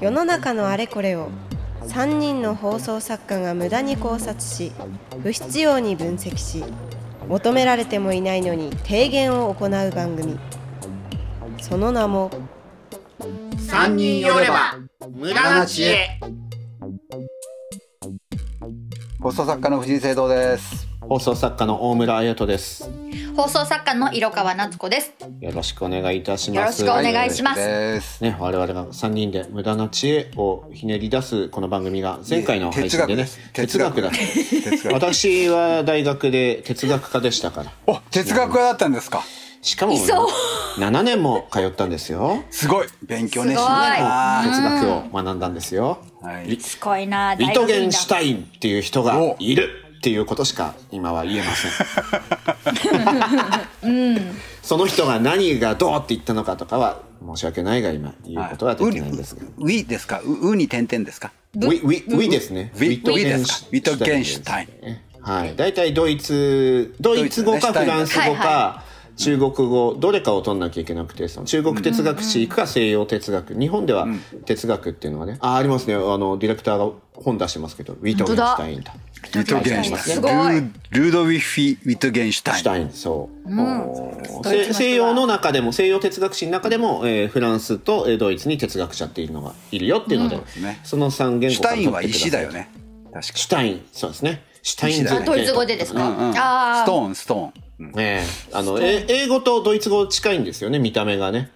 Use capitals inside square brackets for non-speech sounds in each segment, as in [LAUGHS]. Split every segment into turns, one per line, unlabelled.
世の中のあれこれを3人の放送作家が無駄に考察し不必要に分析し求められてもいないのに提言を行う番組その名も
三人寄れば無駄な知恵
放送作家の藤井聖堂です。
放送作家の大村彩人です。
放送作家の色川夏子です。
よろしくお願いいたします。
よろしくお願いします
です。
ね、我々が3人で無駄な知恵をひねり出すこの番組が前回の配信でね哲
哲学
学だ
です哲学
私は大学で哲学科でしたから
お、哲学家だったんですか。
しかも
いそう
7年も通ったんですよ
すごい勉強熱心
すごい
だ
哲学を学んだんですよ
な。はいい。
すごいな。
リトゲンシュ
た
タインっていう人がいるっていうことしか今は言えませんその人が何がどうって言ったのかとかは申し訳ないが今言うことはできないんですが、
ウィですか。ウウに点々ですか。
ウィ、ウィ、ウィですね。
ウィウィですかウィトゲンシュタ
ン。はい。大体ドイツ、ドイツ語か
ドイツね
フランス
シュタイ
語
ンはい
か、中国語、どれかを取んなきゃいけなくて、その中国哲学史行くか西洋哲学。日本では哲学っていうのはね、あ、ありますね。あの、ディレクターが本出してますけど、ウィトゲンシュタインだ。
ウィトゲンシ
す
ュ
ご
タイ
い
ン。ルールードウィッフィウィトゲンシュタイ
シュ
ン。
タイン、そう。
ドイツの人
せ
は
西洋の中でも、西洋哲学史の中でも、えーフランスとえードイツに哲学者っていうのがいるよっていうので、
ね
その三言
シ
語
ュ
から
タ
取って
イン
くださ
は
い
石だよね。確か。
シュタイン、そうですね。シュタイン図
シュタイン
ドイツ語でですか。
うんうん
あ
ス
あ。
トーンストーン。
ええあのえ英語とドイツ語近いんですよね見た目がね、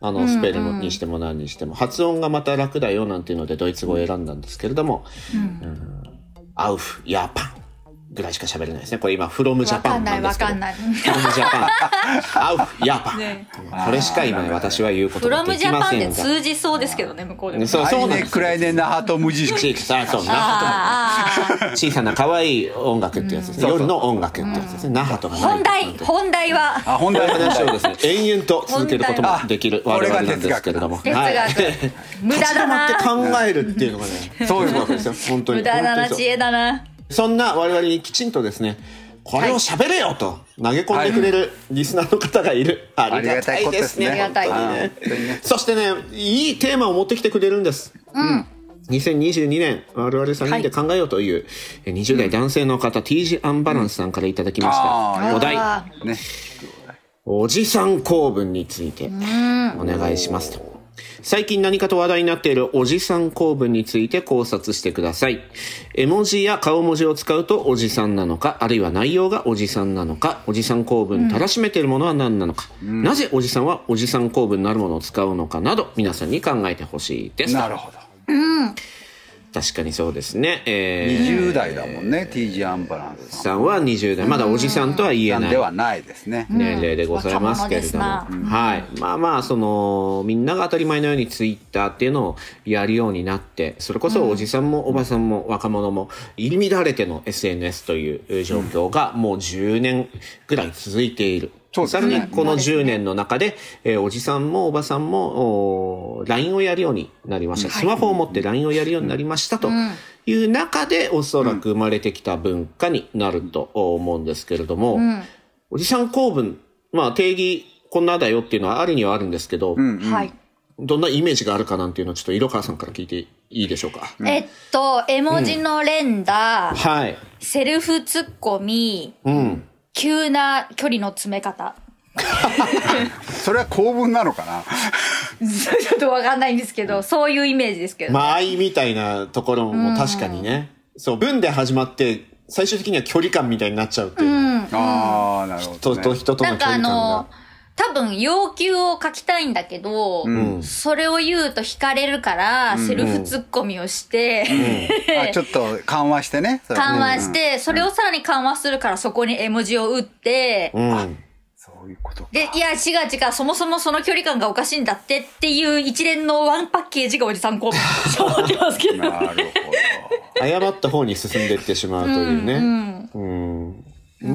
あのスペルにしても何にしても、発音がまた楽だよなんていうのでドイツ語を選んだんですけれども、うんアウフヤーパンぐらいしか喋れないですねこれ今フロムジャ
わ
パ
か
ン
んな
ないんで
わ
すけど
かんない。
フロムジャパンアウフヤーパン、これしか今ね私は言うこ
フ
とが
ロ
で
ムジ
き
ャ
ま
パン
せ
で
んが
通じそうですけどね向こうでも。
そう
ア
そう
イ
なん
ネ
です
クライネナハトムジシ
小さそうな
あ
[LAUGHS]
あ。
小さな可愛い音楽ってやつですね、夜の音楽ってやつですね、那覇とか
本
なん
題
て
本題は
あ、本
こう
題
いう話を
本
ですね、延々と続けることもできる
あこ
我
れが
々なんですけれども。
哲学
はい
哲無駄だ
[LAUGHS] 立ち
な。
止まって考えるっていうのがね、 [LAUGHS] そういうことですよ。本当に。
無駄だ
本
な
当に
知
そう
恵だな。
そんな我々にきちんとですね、これを喋れよと投げ込んでくれるリスナーの方がいる。ありがたいですね。
あり
がたいことですね
本当にねそしてね、いいテーマを持ってきてくれるんです。2022年我々3人で考えようというえ20代男性の方 T 字アンバランスさんからいただきました、お題
あ
題ね。
おじさん構文についてお願いしますと。最近何かと話題になっているおじさん構文について考察してください。絵文字や顔文字を使うとおじさんなのか、あるいは内容がおじさんなのか、おじさん構文たらしめているものは何なのか、なぜおじさんはおじさん構文なるものを使うのかなど、皆さんに考えてほしいです。
なるほど。
確かにそうですね。えー
20代だもんね。TG アンバランス
さんは20代。まだおじさんとは言
さ
え
ん
ない。
ではないですね。
年齢でございますけれども、
若者
はい、まあまあそのみんなが当たり前のようにツイッターっていうのをやるようになってそれこそおじさんもおばさんも若者も入り乱れての SNS という状況がもう10年ぐらい続いている。
そうです
さ
ね
らにこの10年の中で、えーおじさんもおばさんもおー LINE をやるようになりました。スマホを持って LINE をやるようになりましたという中で、おそらく生まれてきた文化になると思うんですけれども、おじさん公文、まあ定義こんなだよっていうのはあるにはあるんですけど、
はい。
どんなイメージがあるかなんていうのをちょっと色川さんから聞いていいでしょうか。
えっと絵文字の連打、
はい。
セルフツッコミ、
うん。
急な距離の詰め方。 [LAUGHS]
それは構文なのかな。
ちょっとわかんないんですけど、そういうイメージですけど。
間合いみたいなところも確かにね、そう、文で始まって、最終的には距離感みたいになっちゃうっていうのが、
ああ、なるほ
人
ど、ね。
と人との
なん
距
かあ
離感
の
が。、
多分要求を書きたいんだけど、
ん
それを言うと惹かれるから、セルフツッコミをして、 [LAUGHS]
あちょっと緩和してね。それね
緩和して、それをさらに緩和するからそこに絵文字を打って、
うん。
そういうこと。
で、いや、違う違う、そもそもその距離感がおかしいんだってっていう一連のワンパッケージがおじさんこう、そう思ってますけど。
なるほど。
誤った方に進んでいってしまうというね。うん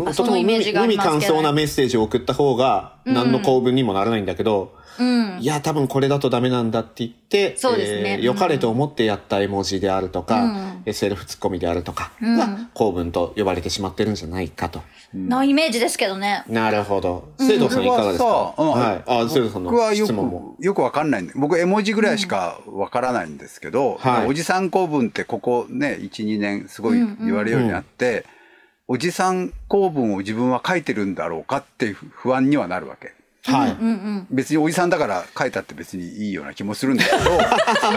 あそのイメージがあ
無味
りますけど
乾
ね
燥なメッセージを送った方が何の構文にもならないんだけど、
うん。
いや多分これだとダメなんだって言って
そうですね
えー良かれと思ってやった絵文字であるとか、
うん
えーセルフツッコミであるとか
うん
が構文と呼ばれてしまってるんじゃないかと。
なイメージですけどね。
なるほど。生徒さんいかがですか、
僕
は。
はい
あ、生徒さん
僕は
の
よ
質問も。
くよくわかんないんで僕絵文字ぐらいしかわからないんですけど、
はい
おじさん構文ってここね12年すごい言われるようになって、おじさん構文を自分は書いてるんだろうかっていう不安にはなるわけ。
はい。
うんうん。
別におじさんだから書いたって別にいいような気もするんだけど
[LAUGHS]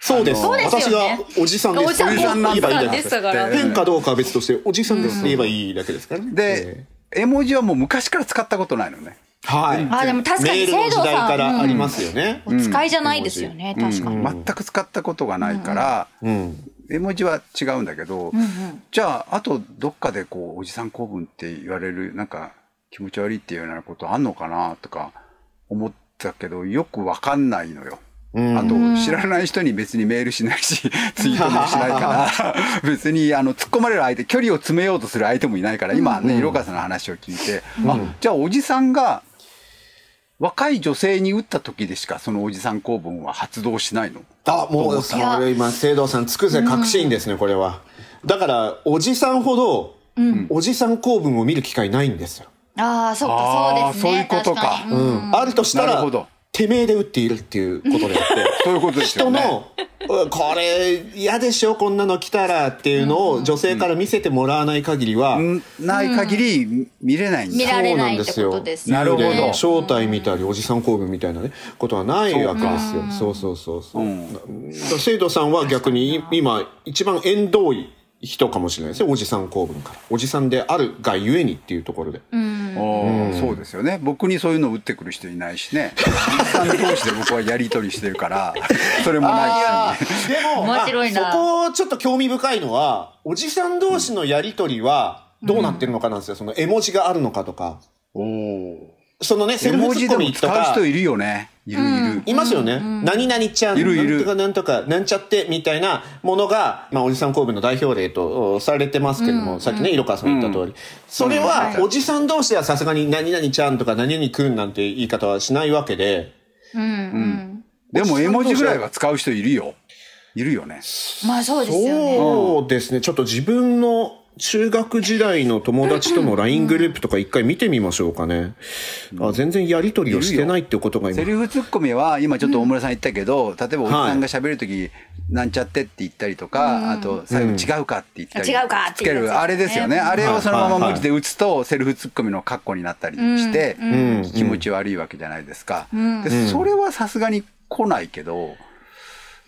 そうです。
そうです
私
よ
が
ね
おじさんです。
おじさん
言えばいいだけ
で
ですす。
から
ね
変かどうかは別として、おじさんですって言えばいいだけですからね。
で、絵文字はもう昔から使ったことないのね。
えー、はい。
あ、でも確か
メー
に
ルの
生
時
徒
代
さ
から
ん、
あ
う
り
ん
ますよね。
お使いじゃないですよね、確かに。
全く使ったことがないから、
うん。
絵文字は違うんだけど、じゃああとどっかでこうおじさん構文って言われるなんか気持ち悪いっていうようなことあんのかなとか思ったけどよくわかんないのよ。
うん
あと知らない人に別にメールしないし [LAUGHS] ツイートもしないから別にあの突っ込まれる相手距離を詰めようとする相手もいないから今ね色川さんの話を聞いて、あじゃあおじさんが若い女性に打った時でしかそのおじさん構文は発動しないの
あ、もう、それ今、聖堂さん、つくぜ確信ですね、これは。だから、おじさんほど、おじさん公文を見る機会ないんですよ。
ああ、そうか、そうです
あー
ね。
そういうことか
確
う
にうん
ん。あるとした
な
ら
るほど、
てめえで打っているっていうことであって。
[LAUGHS] そういうことですよ
人
ね。
の、うんこれ嫌でしょこんなの来たらっていうのを女性から見せてもらわない限りは、
んない限り見れないん
見
だ、
られないっ
で
て
す
こ
よ
とです
なるほど
幽霊正体見たりおじさん公文みたいなねことはないわけですよそうそうそうそう、
ん
だから生徒さんは逆にい今一番縁遠い人かもしれないですよおじさん公文からおじさんであるがゆえにっていうところで、
おーそうですよね僕にそういうの打ってくる人いないしねおじさん同士で僕はやり取りして
[LAUGHS]
るからそれもないし
でも
面白いな
まあそこちょっと興味深いのはおじさん同士のやりとりはどうなってるのかなんですよ、その絵文字があるのかとかそのねセ
絵
ルフ
文
ツッ
字
コ
でも
ミと
使う
か
人いるよねいるいる、
いますよね、何々ちゃん
いるいる
なんとかなんとかなんちゃってみたいなものが、まあ、おじさん公文の代表例とおされてますけども、さっきね色川さん言った通り、それはおじさん同士ではさすがに何々ちゃんとか何々くんなんて言い方はしないわけで
うん
でも絵文字ぐらいは使う人いるよいるよね
うん。まあそうですよね。
そうですね。ちょっと自分の中学時代の友達との LINE グループとか一回見てみましょうかね。あ全然やりとりをしてないってことが
セ
今。
リフツッコミは今ちょっと大村さん言ったけど、例えばおじさんが喋る時、なんちゃってって言ったりとか、あと最後違うかって言ったり、
違うかっ
つ
て言
け
ったやつ
るあれですよね、
ね
あれをそのま
はいは
ま
い
文字で打つとセルフツッコミのカッコになったりして、
ん
気持ち悪いわけじゃないですか、でそれはさすがに来ないけど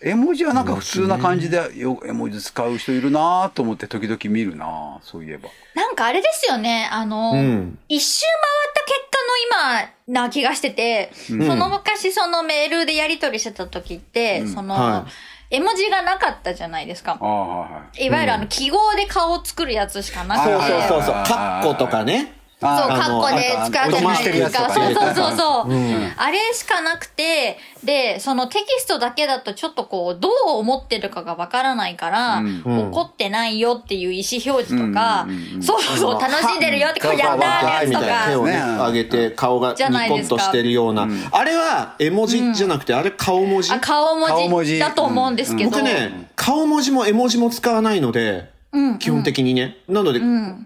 絵文字はなんか普通な感じでよ絵文字使う人いるなと思って時々見るなそういえば
なんかあれですよね、あの、
うん
一周回った結果の今な気がしてて、その昔そのメールでやり取りしてた時って、その、
は
絵文字がなかったじゃないですか
あ。あはいはい
いわゆるあの記号で顔を作るやつしかなくて。
そうそうそうそう。
あー
カッコとかね。
そう、
あ
カッ
の
コで使うじゃないですか。
あの
そう
おじ
そ
さ
うんそうそう。あれしかなくて、で、そのテキストだけだとちょっとこう、どう思ってるかがわからないから、
ん
怒ってないよっていう意思表示とか、そうそうそう、楽しんでるよって、こう、やったーってやつと
みたいな手
か、
をね
ね
上げて顔がニ
じゃない
コ
で
ッ
すか
としてるような。あれは絵文字じゃなくて、あれ顔文字
あ。顔
顔
文
文
字
字
だと思うんですけど。
僕ね、顔文字も絵文字も使わないので、基本的にね。なので、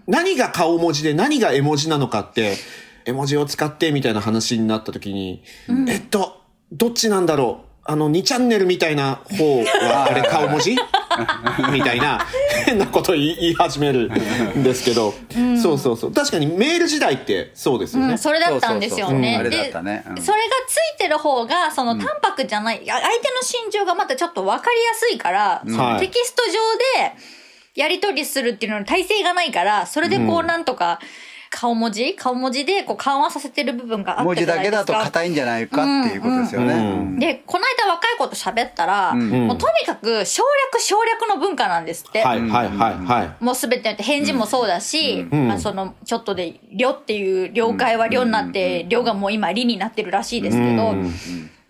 何が顔文字で何が絵文字なのかって、絵文字を使ってみたいな話になった時に、えっと、どっちなんだろうあの、2チャンネルみたいな方は、あれ顔文
[LAUGHS]
字みたいな、変なこと言い言い始めるんですけど、そうそうそう。確かにメール時代ってそうですよ
う
ね
ん、。それだったんですよね。
そうそうそううん
で
あれだったねうん
それがついてる方が、その淡白じゃない、あ相手の心情がまたちょっと分かりやすいから、その
はい
テキスト上でやり取りするっていうのに耐性がないから、それでこうなんとか、顔文字顔文字でこう緩和させてる部分があっ
文
て
字だけだと
い
硬いんじゃないかっていうことですよね、
うん
うん
で、この間若い子と喋ったら、もうとにかく省略省略の文化なんですって。
はいはいはいはい。
もうすべてによって返事もそうだし、まあその、ちょっとで、りょっていう、了解はりょになって、りょがもう今、りになってるらしいですけど、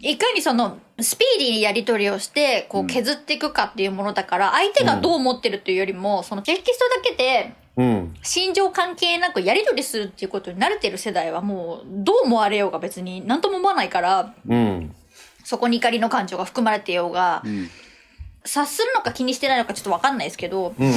いかにその、スピーディーにやり取りをして、こう削っていくかっていうものだから、相手がどう思ってるというよりも、そのテキストだけで、
うん。
心情関係なくやり取りするっていうことに慣れてる世代はもうどう思われようが別に何とも思わないから
うん。
そこに怒りの感情が含まれてようが、
ん
察するのか気にしてないのかちょっと分かんないですけど
うん。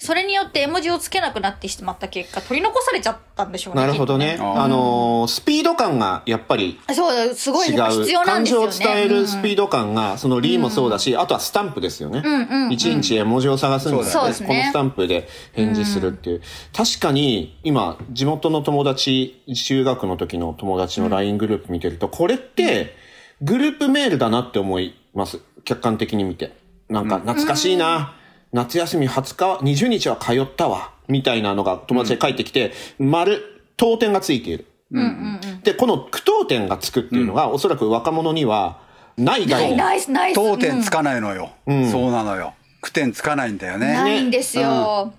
それによって絵文字をつけなくなってしまった結果取り残されちゃったんでしょうね。
なるほどね。
きっ
あのースピード感がやっぱり
とねそうすごい
違
やっぱ必
う。
要な
感
んです
情
よ
を
ね。
伝えるスピード感が、そのリーもそうだし、あとはスタンプですよね。
うんうんうん
一日絵文字を探すんです
そう
よ
で
ね。
すね
このスタンプで返事するっていう。確かに、今、地元の友達、中学の時の友達の LINE グループ見てると、これって、グループメールだなって思います。客観的に見て。なんか、懐かしいな。夏休み20日は、20日は通ったわ。みたいなのが友達で帰ってきて、丸、当点がついている。
うんうんうん
で、この句読点がつくっていうのが、おそらく若者にはない概
はい
念。
ナイスナイス
当点つ
うん
かないのよ、
ん
そうなのよ句点つかないんだよね
ないんですよ。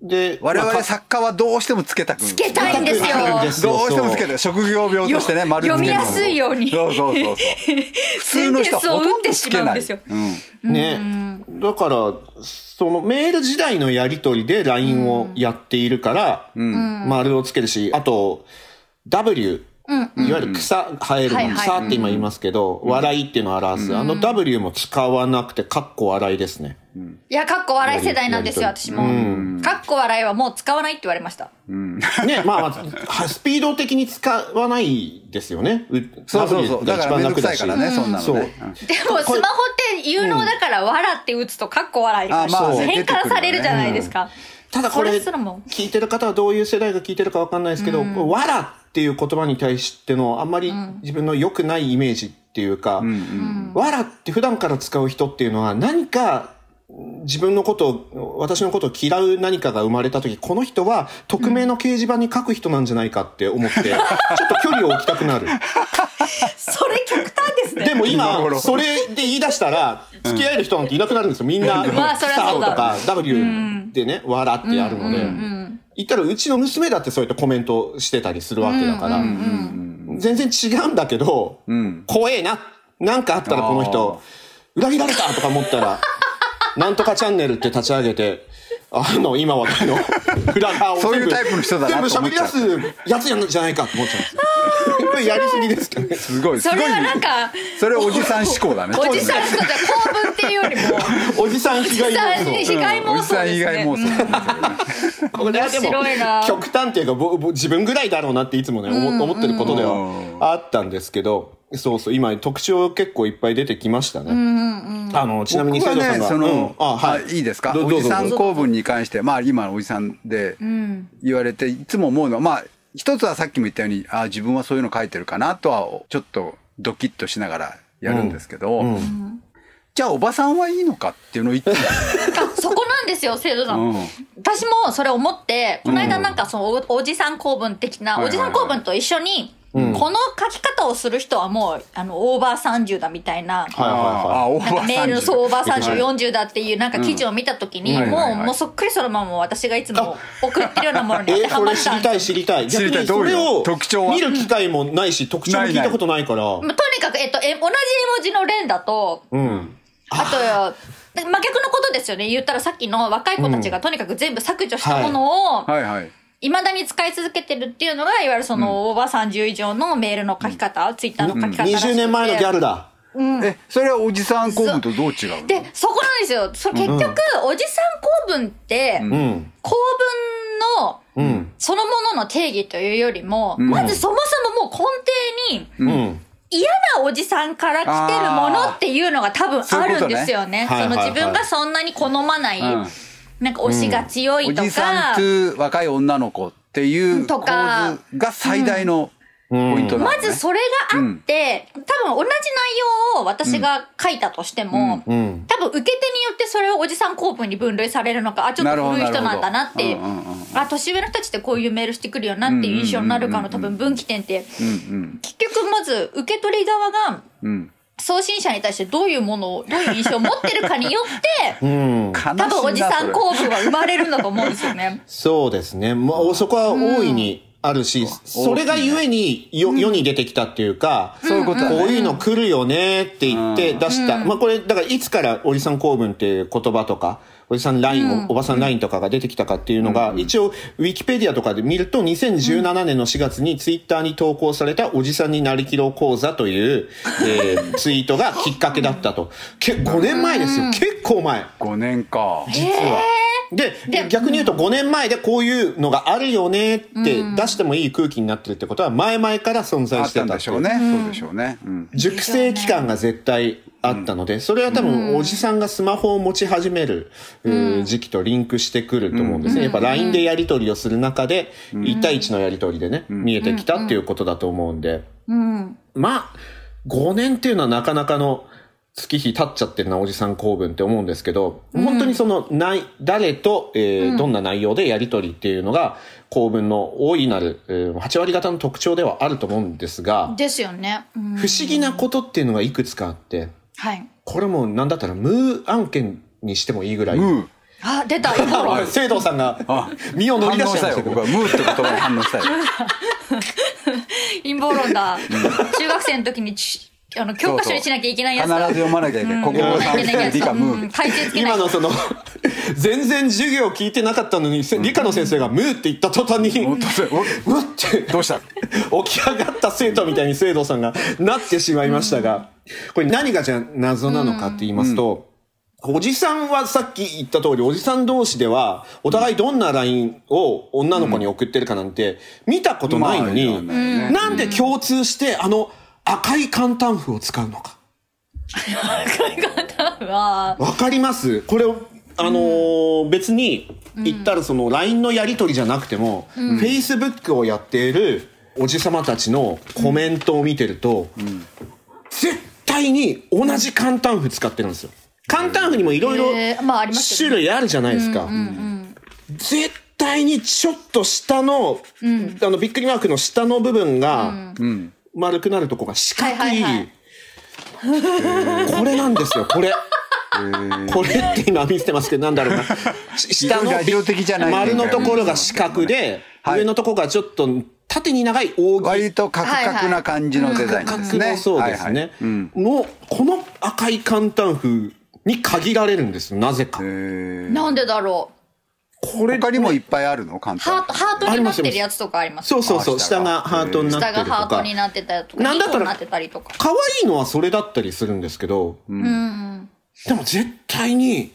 で、
我
ま
々
あ
作家はどうしてもつけたくつ
けたいんですよ
どうしてもつけたい職業病としてね
よ
丸つけるの
読みやすいように
そうそうそうそう普通の人はほとんどつけない
センテンスを打ってし
うん
ね。だから、そのメール時代のやりとりで LINE をやっているから、丸をつけるし、あと、W、いわゆる草生える
はいは
の
い
草って今言いますけど、笑いっていうのを表す。あの W も使わなくて、かっこ笑いです
[LAUGHS]
ね。
いや、かっこ笑い世代なんですよ、私も。かっこ笑いはもう使わないって言われました。
ね、まあまあは、スピード的に使わないですよね。
そうそうそ
W
う
が
だ
一
から
番
めん
楽
どくさ
だ
い
し
からね、そんなの
そう
ね、うん
でもスマホって有能だから「笑って打つと「かっこ笑い」が
あまあね
変換されるじゃないですか、
ただこ
そ
れ、
すらも
聞いてる方はどういう世代が聞いてるかわかんないですけど、わらっていう言葉に対してのあんまり自分の良くないイメージっていうか、わらって普段から使う人っていうのは何か自分のことを、私のことを嫌う何かが生まれた時、この人は匿名の掲示板に書く人なんじゃないかって思 [LAUGHS] って、ちょっと距離を置きたくなる。
それ極端ですね
でも今
今、頃
それで言い出したら、付き合える人なんていなくなるんですよ。みんな、
まあそり
ス
ゃ
タ
そ
オ
う
と
だ
か W でね、笑ってやるので。言ったら、うちの娘だってそうやってコメントしてたりするわけだから、全然違うんだけど、怖えな。なんかあったらこの人、裏切られたとか思った
[LAUGHS]
ら、なんとかチャンネルって立ち上げて、あの、今話
[LAUGHS]
題のフラガーを
そうい
全
う
部
タイプの人だ
全
な
部
と思
喋
っ
り
ちゃう
出すやつやんじゃないかって思っちゃうんですよ。やりすぎですけどね。
すごいす
そ
ごい
れはなんか
それおじさん思考だね
おじさんとか構文っていうよりも
おじさん被
おじさ
害
ん
妄
に
想
被害
お
妄
じさ
想
ん
こ
以外妄想だねそれね
ですね
れはでも
面白いな
極端っていうかぼぼ自分ぐらいだろうなっていつもね思,、思ってることで
う
はあったんですけどそうそう今特徴結構いっぱい出てきましたね、あのちなみに
僕は
西条さん
ね
が、
その、
うんあ
あ、
はい
いですか
ど
お
どう
じ
ぞ
さ
どうんぞ
公文に関してまあ今のおじさんで言われて、いつも思うのはまあ一つはさっきも言ったようにあ自分はそういうの書いてるかなとはちょっとドキッとしながらやるんですけど、
うん
じゃあおばさんはいいのかっていうのを言って
あそこなんですよ生徒さん、
うん
私もそれ思ってこの間なんかそのおおじさん公文的な、
はいはいはい
おじさん公文と一緒に、
ん
この書き方をする人はもうあのオーバー30だみたいな、
はいは
あオー
なん
バー
かメ
さ
ー
ん
ルのそうオーバー30、
はい
40だっていうなんか記事を見たときに、
うん
も、
はいうはいはい
もうそっくりそのまま私がいつも送ってるようなものに
[LAUGHS]
いは
当
いえ
ては
そ
まっ
れ知
たん
り
で
たい知りたい
知りた
逆
い
にそれ
どういう
を
の特徴は
見る機会もないし特徴も聞いたことないから
まあとにかく、えっと、え同じ絵文字の連だと、
うん
あとよ、真逆のことですよね。言ったらさっきの若い子たちがとにかく全部削除したものを、
はいはい
いまだに使い続けてるっていうのが、いわゆるその、オーバー30以上のメールの書き方、ツイッターの書き方らしくて。
20年前のギャルだ
えそれはおじさん公文とどう違うの
で、そこなんですよ。それ結局、おじさん公文って、
うん
公文の、
うん
そのものの定義というよりも、まずそもそももう根底に、
うん
嫌なおじさんから来てるものっていうのが多分あるんですよね。
あーそうい
そ
うことねはいはい
の
はい
自分がそんなに好まない、
うん
なんか推しが強い
お
と
じさ
か、
んと若い女の子っていう
と
構
か
図が最大のポイントなのね、
まずそれがあって、多分同じ内容を私が書いたとしても、
うん
多分受け手によってそれをおじさん公文に分類されるのか、あ、ちょっと古い人なんだなってい
なる
う
ほどなるほどうんうん
あ、年上の人たちってこういうメールしてくるよなっていう印象になるかの多分分岐点って、
うん
結局まず受け取り側が
うんうん
送信者に対してどういうものを、どういう印象を持ってるかによって、
うん
悲しいな
多分おじさ
そ
ん
れ
公文は生まれるんだと思うんですよね。
そうですね。まあ、そこは大いにあるし、それがゆえによ世に出てきたっていうか、
そういうことだね
こういうの来るよねって言って出した。まあこれ、だからいつからおじさん公文っていう言葉とか、おじさんライン、
うん
おばさんラインとかが出てきたかっていうのが、一応、ウィキペディアとかで見ると、2017年の4月にツイッターに投稿されたおじさんになりきろう講座という、えーツイートがきっかけだったと。け5年前ですよ。結構前。
5年か
実は。で
で
逆に言うと5年前でこういうのがあるよねって出してもいい空気になってるってことは前々から存在
あ
し
ってた
たって
ん
い
でしょうね、そうでしょうね、うん、
熟成期間が絶対あったので、それは多分おじさんがスマホを持ち始めるうー時期とリンクしてくると思うんですね。やっぱ LINE でやり取りをする中で、1対1のやり取りでね、見えてきたっていうことだと思うんで。
うん。
まあ、5年っていうのはなかなかの月日経っちゃってるな、おじさん公文って思うんですけど、本当にその、ない、誰と、えーどんな内容でやりとりっていうのが、公文の大いなる、えー8割方の特徴ではあると思うんですが、
ですよね。うん
不思議なことっていうのがいくつかあって、
はい。
これもなんだったら無案件にしてもいいぐらい。
ムー
あ、出た。今
あ聖堂さんが
あ
身を乗り出
反応
し
した
ん
た
ですけ
よ僕
ど
は、ムーって言葉に反応したよ
陰謀論だ。中学生の時にち、あの、教科書にしなきゃいけないや
必
つ
ず
だ。
読まなきゃいけない国語算数理科ムー
体重つけな
今
い。
のその、全然授業聞いてなかったのに、せ理科の先生がムーって言った途端に、
本当だよ
うわって
どうした
[LAUGHS] 起き上がった生徒みたいに生徒さんがなってしまいましたが、これ何がじゃあ謎なのかって言いますと、おじさんはさっき言った通り、おじさん同士では、お互いどんな LINE を女の子に送ってるかなんて、見たことないのに、
まあないよね
なんで共通して、あの赤い簡単符を使うのか。
うわ
わかりますこれを、あのー別に言ったらその LINE のやり取りじゃなくても、Facebook をやっているおじさまたちのコメントを見てると、絶対に同じ簡単符使ってるんですよ。簡単符にもいろいろ
へーまああります
種
よ
類あるじゃないですか。絶対にちょっと下の、あのびっくりマークの下の部分が
ん
丸くなるとこが四角い。
はいはいはい
[LAUGHS] これなんですよ、これ。これって今見せてますけど、なんだろうな。
[LAUGHS]
し下の
ラジオ的じゃない
丸のところが四角で、
はい
上のところがちょっと縦に長い扇
割とカクカクな感じのデザインですね。
そうです
はいはい
ね。もう、この赤い簡単風に限られるんですよ、なぜか。
ーなんでだろう。
これ
他にもいっぱいあるの簡
ハー
単
ト、。ハートになってるやつとかあります。
そうそうそう、
あ
下
下
が
が
ハートになって
下
ると
がハート
か。
になってたりとか、
なんだったら
ニコになってたりとか。
可愛いのはそれだったりするんですけど、
うんうん。
でも絶対に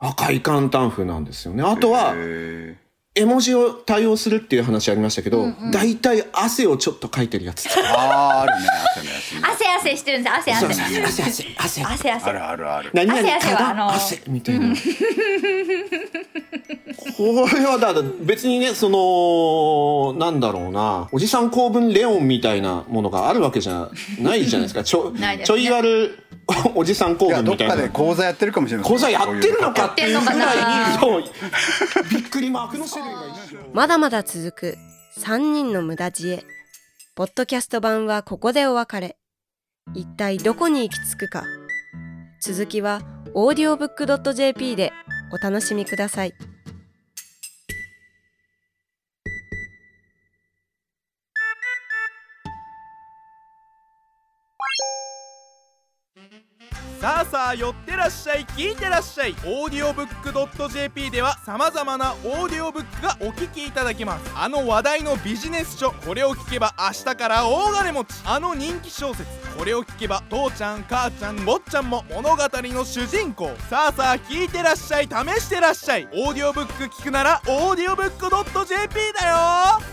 赤い簡単風なんですよね。あとは、
へ
絵文字を対応するっていう話ありましたけど、大体汗をちょっとかいてるやつ。
ーあーあるね汗のやつね
汗汗してるんです汗汗。
汗汗汗汗
汗
あ
汗。
るあるある。
何々
汗汗は
ただ
あの
汗みたいな、これはだから別にねそのなんだろうなおじさん公文レオンみたいなものがあるわけじゃないじゃないですかちょ
ないですね
ちょい悪おじさん公
いや
文
ど
み
った
いな
かで講座やってるかもしれない。
講座やってるのかっていうぐらいに
や
そうびっくりマークの種類が一緒
まだまだ続く3人の無駄知恵。ポッドキャスト版はここでお別れ。一体どこに行き着くか。続きは audiobook.jp でお楽しみください。
さあさあ寄ってらっしゃい聞いてらっしゃいオーディオブックドット JP では様々なオーディオブックがお聞きいただけますあの話題のビジネス書これを聞けば明日から大金持ちあの人気小説これを聞けば父ちゃん母ちゃん坊ちゃんも物語の主人公さあさあ聞いてらっしゃい試してらっしゃいオーディオブック聞くならオーディオブックドット JP だよ